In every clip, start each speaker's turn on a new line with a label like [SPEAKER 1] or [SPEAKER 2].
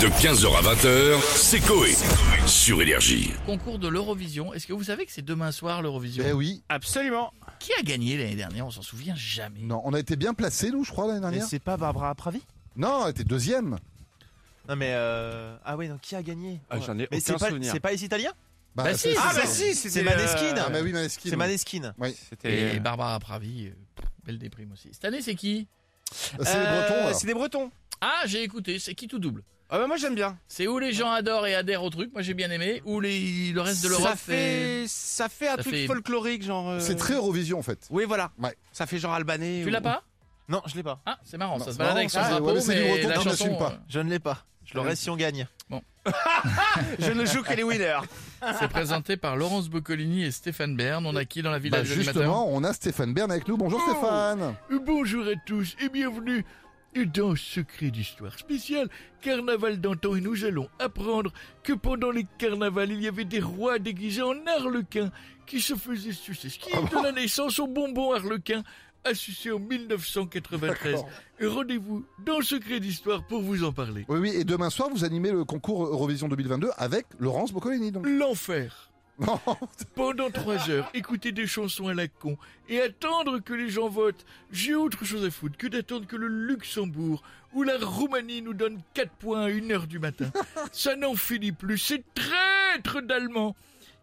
[SPEAKER 1] De 15h à 20h, c'est Coé. Sur Énergie.
[SPEAKER 2] Concours de l'Eurovision. Est-ce que vous savez que c'est demain soir l'Eurovision
[SPEAKER 3] Eh oui.
[SPEAKER 4] Absolument.
[SPEAKER 2] Qui a gagné l'année dernière On s'en souvient jamais.
[SPEAKER 3] Non, on a été bien placés, nous, je crois, l'année
[SPEAKER 4] Mais
[SPEAKER 3] dernière.
[SPEAKER 4] c'est pas Barbara Pravi
[SPEAKER 3] Non, on était deuxième.
[SPEAKER 5] Non mais euh... ah ouais donc qui a gagné
[SPEAKER 6] Ah, j'en ai
[SPEAKER 5] mais
[SPEAKER 6] aucun
[SPEAKER 5] c'est pas
[SPEAKER 6] souvenir.
[SPEAKER 5] c'est pas les Italiens
[SPEAKER 3] Bah,
[SPEAKER 2] Bah si,
[SPEAKER 3] c'est-
[SPEAKER 2] Ah,
[SPEAKER 3] c'est
[SPEAKER 2] bah
[SPEAKER 3] ça.
[SPEAKER 2] si,
[SPEAKER 5] c'est Maneskin.
[SPEAKER 3] Ah, bah oui, Maneskin.
[SPEAKER 5] c'est Maneskin.
[SPEAKER 3] Oui.
[SPEAKER 6] C'était.
[SPEAKER 2] Et Barbara Pravi, euh, pff, belle déprime aussi. Cette année, c'est qui
[SPEAKER 3] C'est les
[SPEAKER 6] Euh,
[SPEAKER 3] Bretons, alors.
[SPEAKER 6] C'est des Bretons.
[SPEAKER 2] Ah, j'ai écouté. C'est qui tout double
[SPEAKER 6] Ah bah moi j'aime bien.
[SPEAKER 2] C'est où les gens adorent et adhèrent au truc. Moi, j'ai bien aimé. Ou les, le reste de
[SPEAKER 6] ça
[SPEAKER 2] l'Europe
[SPEAKER 6] fait, ça fait un
[SPEAKER 2] ça
[SPEAKER 6] truc
[SPEAKER 2] fait-
[SPEAKER 6] folklorique genre. euh,
[SPEAKER 3] C'est très Eurovision, en fait.
[SPEAKER 6] Oui voilà.
[SPEAKER 3] Ouais.
[SPEAKER 6] Ça fait genre albanais.
[SPEAKER 2] Tu
[SPEAKER 6] ou-
[SPEAKER 2] l'as pas
[SPEAKER 5] Non je l'ai pas.
[SPEAKER 2] Ah, c'est marrant.
[SPEAKER 3] Oh. Non,
[SPEAKER 2] ça se
[SPEAKER 3] c'est
[SPEAKER 2] balade
[SPEAKER 3] marrant,
[SPEAKER 2] avec son
[SPEAKER 3] ça, c'est-
[SPEAKER 2] drapeau,
[SPEAKER 3] ouais, mais c'est du
[SPEAKER 2] mais
[SPEAKER 3] breton
[SPEAKER 2] la
[SPEAKER 3] qu'on
[SPEAKER 2] chanson.
[SPEAKER 3] n'assume pas.
[SPEAKER 2] euh,
[SPEAKER 5] Je ne l'ai pas. Je le reste si on gagne.
[SPEAKER 6] Je ne joue que les winners.
[SPEAKER 2] c'est présenté par Laurence Boccolini et Stéphane Bern. On a qui dans la
[SPEAKER 3] Bah,
[SPEAKER 2] village
[SPEAKER 3] justement, on a Stéphane Bern avec nous. Bonjour
[SPEAKER 2] Oh.
[SPEAKER 3] Stéphane.
[SPEAKER 2] Bonjour à tous et bienvenue dans Secret d'Histoire spéciale, Carnaval d'antan et nous allons apprendre que pendant les carnavals, il y avait des rois déguisés en arlequins qui se faisaient sucer, ce qui est de la naissance au bonbon arlequin, à sucer en 1993.
[SPEAKER 3] D'accord.
[SPEAKER 2] Et Rendez-vous dans Secret d'Histoire pour vous en parler.
[SPEAKER 3] Oui, oui. Et demain soir, vous animez le concours Eurovision 2022 avec Laurence Boccolini. Donc.
[SPEAKER 2] L'enfer
[SPEAKER 3] Non,
[SPEAKER 2] pendant trois heures, écouter des chansons à la con et attendre que les gens votent. J'ai autre chose à foutre que d'attendre que le Luxembourg ou la Roumanie nous donne 4 points à 1 heure du matin. Ça n'en finit plus. Ces traîtres d'Allemands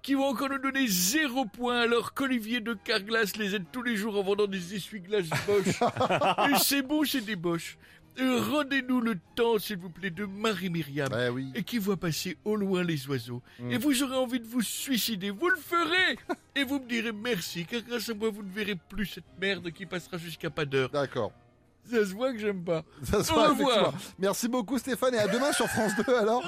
[SPEAKER 2] qui vont encore nous donner zéro point alors qu'Olivier de Carglass les aide tous les jours en vendant des essuie-glaces Bosch. et c'est bon, c'est des Bosch. Euh, Rendez-nous le temps, s'il vous plaît, de Marie-Myriam
[SPEAKER 3] Bah oui.
[SPEAKER 2] et qui voit passer au loin les oiseaux.
[SPEAKER 3] Mm.
[SPEAKER 2] Et vous aurez envie de vous suicider, vous le ferez Et vous me direz merci, car grâce à moi, vous ne verrez plus cette merde qui passera jusqu'à pas d'heure.
[SPEAKER 3] D'accord.
[SPEAKER 2] Ça se voit que j'aime pas.
[SPEAKER 3] Ça se
[SPEAKER 2] Au
[SPEAKER 3] voit,
[SPEAKER 2] revoir.
[SPEAKER 3] effectivement. Merci beaucoup Stéphane et à demain sur France 2 alors.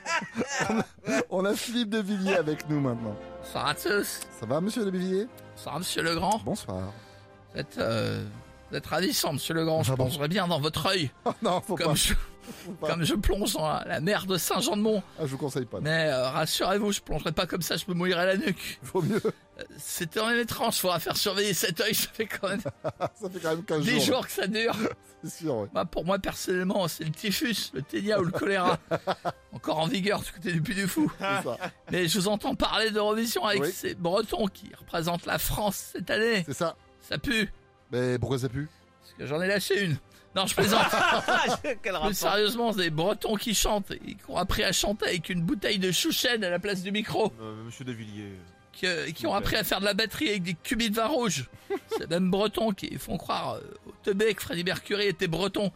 [SPEAKER 3] On a Philippe de Villiers avec nous maintenant.
[SPEAKER 2] Ça va tous
[SPEAKER 3] Ça va monsieur de Villiers
[SPEAKER 2] Ça va, monsieur Legrand
[SPEAKER 3] Bonsoir.
[SPEAKER 2] Vous êtes, euh, vous êtes ravissant, monsieur Legrand. Je
[SPEAKER 3] Ah bon
[SPEAKER 2] plongerai bien dans votre œil,
[SPEAKER 3] Oh non, faut pas.
[SPEAKER 2] comme je,
[SPEAKER 3] pas.
[SPEAKER 2] comme je plonge dans la, la mer de Saint-Jean-de-Mont.
[SPEAKER 3] Ah, je vous conseille pas.
[SPEAKER 2] Mais euh, rassurez-vous, je plongerai pas comme ça, je me mouillerai la nuque.
[SPEAKER 3] Vaut mieux.
[SPEAKER 2] C'était un étrange, faudra faire surveiller cet œil, ça fait quand même
[SPEAKER 3] Ça fait quand même 15
[SPEAKER 2] des
[SPEAKER 3] jours.
[SPEAKER 2] jours que ça dure.
[SPEAKER 3] C'est sûr, ouais.
[SPEAKER 2] Bah, pour moi, personnellement, c'est le typhus, le ténia ou le choléra. Encore en vigueur du côté du Puy du Fou.
[SPEAKER 3] C'est ça.
[SPEAKER 2] Mais je vous entends parler d'Eurovision avec
[SPEAKER 3] Oui.
[SPEAKER 2] ces Bretons qui représentent la France cette année.
[SPEAKER 3] C'est ça.
[SPEAKER 2] Ça pue,
[SPEAKER 3] Mais pourquoi ça pue
[SPEAKER 2] parce que j'en ai lâché une. Non, je plaisante.
[SPEAKER 5] Quel
[SPEAKER 2] Plus sérieusement, c'est des Bretons qui chantent et qui ont appris à chanter avec une bouteille de chouchen à la place du micro.
[SPEAKER 5] Monsieur De Villiers.
[SPEAKER 2] qui, euh, qui ont appris à faire de la batterie avec des cubits de vin rouge. C'est même breton qui font croire euh, au teubé que Freddie Mercury était breton.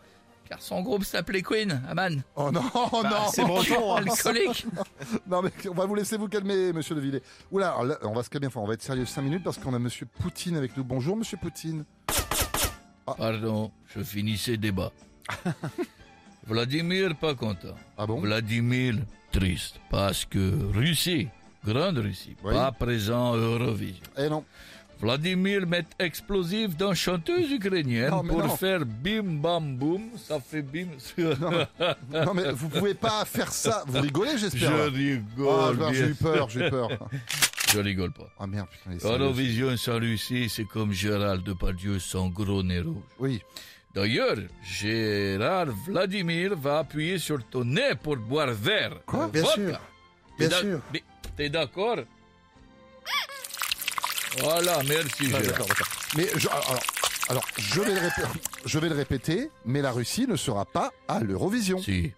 [SPEAKER 2] Car son groupe s'appelait Queen, Aman.
[SPEAKER 3] Oh non,
[SPEAKER 2] Bah,
[SPEAKER 3] oh non
[SPEAKER 5] c'est breton. hein.
[SPEAKER 2] Alcoolique.
[SPEAKER 3] Non mais on va vous laisser vous calmer, monsieur de Villiers. Oula, alors là, on va se calmer, enfin on va être sérieux 5 minutes parce qu'on a monsieur Poutine avec nous. Bonjour monsieur Poutine.
[SPEAKER 2] Pardon, je finissais débat. Vladimir pas content.
[SPEAKER 3] Ah bon
[SPEAKER 2] Vladimir triste parce que Russie, grande Russie,
[SPEAKER 3] Oui.
[SPEAKER 2] pas présent à Eurovision.
[SPEAKER 3] Eh non.
[SPEAKER 2] Vladimir met explosif dans chanteuse ukrainienne
[SPEAKER 3] Non, mais
[SPEAKER 2] pour
[SPEAKER 3] non.
[SPEAKER 2] faire bim bam boum, ça fait bim.
[SPEAKER 3] Non mais vous pouvez pas faire ça. Vous rigolez
[SPEAKER 2] je
[SPEAKER 3] j'espère. là. Ah,
[SPEAKER 2] rigole,
[SPEAKER 3] merde,
[SPEAKER 2] bien.
[SPEAKER 3] j'ai eu peur, j'ai eu peur.
[SPEAKER 2] je rigole pas.
[SPEAKER 3] Ah merde, putain, il
[SPEAKER 2] Oh,
[SPEAKER 3] est sérieux.
[SPEAKER 2] Eurovision sans Russie, c'est comme Gérald Depardieu sans gros nez rouge.
[SPEAKER 3] Oui.
[SPEAKER 2] D'ailleurs, Gérard Vladimir va appuyer sur ton nez pour boire verre.
[SPEAKER 3] Quoi
[SPEAKER 2] Bien sûr. Bien sûr. Mais t'es d'accord Voilà, merci
[SPEAKER 3] Ah,
[SPEAKER 2] Gérard.
[SPEAKER 3] d'accord, d'accord. Mais je, alors, alors- alors, je vais le répéter, je vais le répéter, mais la Russie ne sera pas à l'Eurovision.
[SPEAKER 2] Si.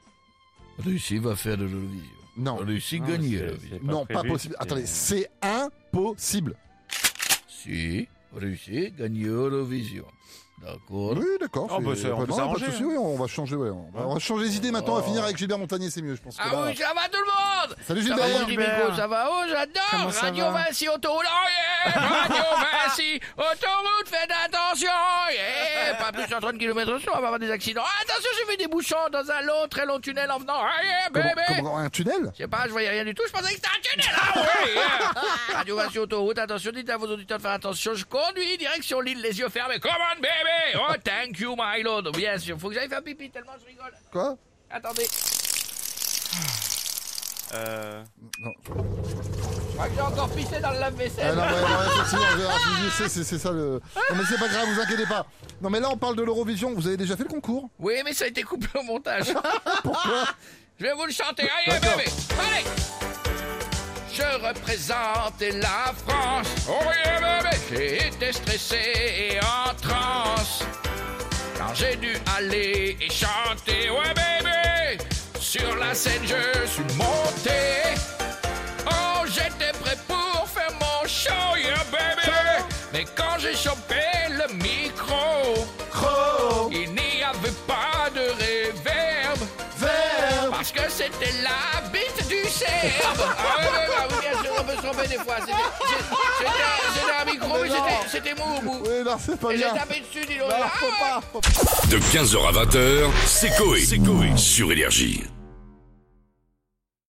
[SPEAKER 2] Russie va faire l'Eurovision.
[SPEAKER 3] Non.
[SPEAKER 2] Russie
[SPEAKER 6] Non,
[SPEAKER 2] gagne
[SPEAKER 6] c'est-
[SPEAKER 2] l'Eurovision.
[SPEAKER 6] c'est
[SPEAKER 3] Non, pas
[SPEAKER 6] prévu,
[SPEAKER 3] possible.
[SPEAKER 6] c'est-
[SPEAKER 3] Attendez, c'est impossible.
[SPEAKER 2] Si. Russie gagne l'Eurovision. D'accord.
[SPEAKER 3] Oui, d'accord.
[SPEAKER 6] Ah,
[SPEAKER 3] c'est-
[SPEAKER 6] bah, ça, on
[SPEAKER 3] vraiment,
[SPEAKER 6] peut
[SPEAKER 3] pas de
[SPEAKER 6] s'arranger,
[SPEAKER 3] souci,
[SPEAKER 6] hein.
[SPEAKER 3] oui, on va changer, ouais, on va, on va changer les idées maintenant. On va finir avec Gilbert Montagnier, c'est mieux, je pense. que
[SPEAKER 2] Ah
[SPEAKER 3] là-
[SPEAKER 2] oui, Ah ça va tout le monde
[SPEAKER 3] Salut
[SPEAKER 2] Ça va, mon
[SPEAKER 3] Gilbert.
[SPEAKER 2] petit Nico, ça va Oh, j'adore Radio Vinci Autoroute oh, yeah Radio Vinci Autoroute, faites attention yeah Pas plus de 130 km h on va avoir des accidents. Ah, attention, j'ai vu des bouchons dans un long, très long tunnel en venant. Ah, yeah,
[SPEAKER 3] Comment,
[SPEAKER 2] bébé
[SPEAKER 3] comment- un tunnel
[SPEAKER 2] Je sais pas, je voyais rien du tout, je pensais que c'était un tunnel Ah oui yeah. Radio Vinci Autoroute, attention, dites à vos auditeurs de faire attention, je conduis direction l'île les yeux fermés. Come on, bébé Oh, thank you, my lord Bien sûr, faut que j'aille faire pipi tellement je rigole.
[SPEAKER 3] Quoi
[SPEAKER 2] Attendez
[SPEAKER 5] Euh...
[SPEAKER 3] Non.
[SPEAKER 2] J'ai encore pissé dans le
[SPEAKER 3] Ah
[SPEAKER 2] lave-vaisselle.
[SPEAKER 3] non, ouais, ouais, effectivement, Gérard Jugnot, c'est- c'est c'est ça le. Non, mais c'est pas grave, vous inquiétez pas. Non, mais là, on parle de l'Eurovision. Vous avez déjà fait le concours
[SPEAKER 2] Oui, mais ça a été coupé au montage.
[SPEAKER 3] Pourquoi
[SPEAKER 2] Je vais vous le chanter. Allez, bébé. Allez. Je représente la France. Oh oui, bébé. J'ai été stressé et en transe. Quand j'ai dû aller et chanter. Ouais, bébé. Sur la scène, je suis monté. Oh, j'étais prêt pour faire mon show, yeah, bébé. Mais quand j'ai chopé le micro, il n'y avait pas de réverb. Parce que c'était la bite du cerf Ah ouais, ouais, bah oui, bien sûr, on peut se tromper des fois. C'était- c'est- C'était c'était un micro, mais c'était- c'était mou au bout.
[SPEAKER 3] Oui, non, c'est pas
[SPEAKER 2] Et j'ai
[SPEAKER 3] bien.
[SPEAKER 2] tapé dessus, dis donc.
[SPEAKER 3] Non,
[SPEAKER 2] Ah
[SPEAKER 3] faut
[SPEAKER 2] ouais.
[SPEAKER 3] pas, faut pas.
[SPEAKER 1] De 15h à 20h, c'est Coé sur Énergie.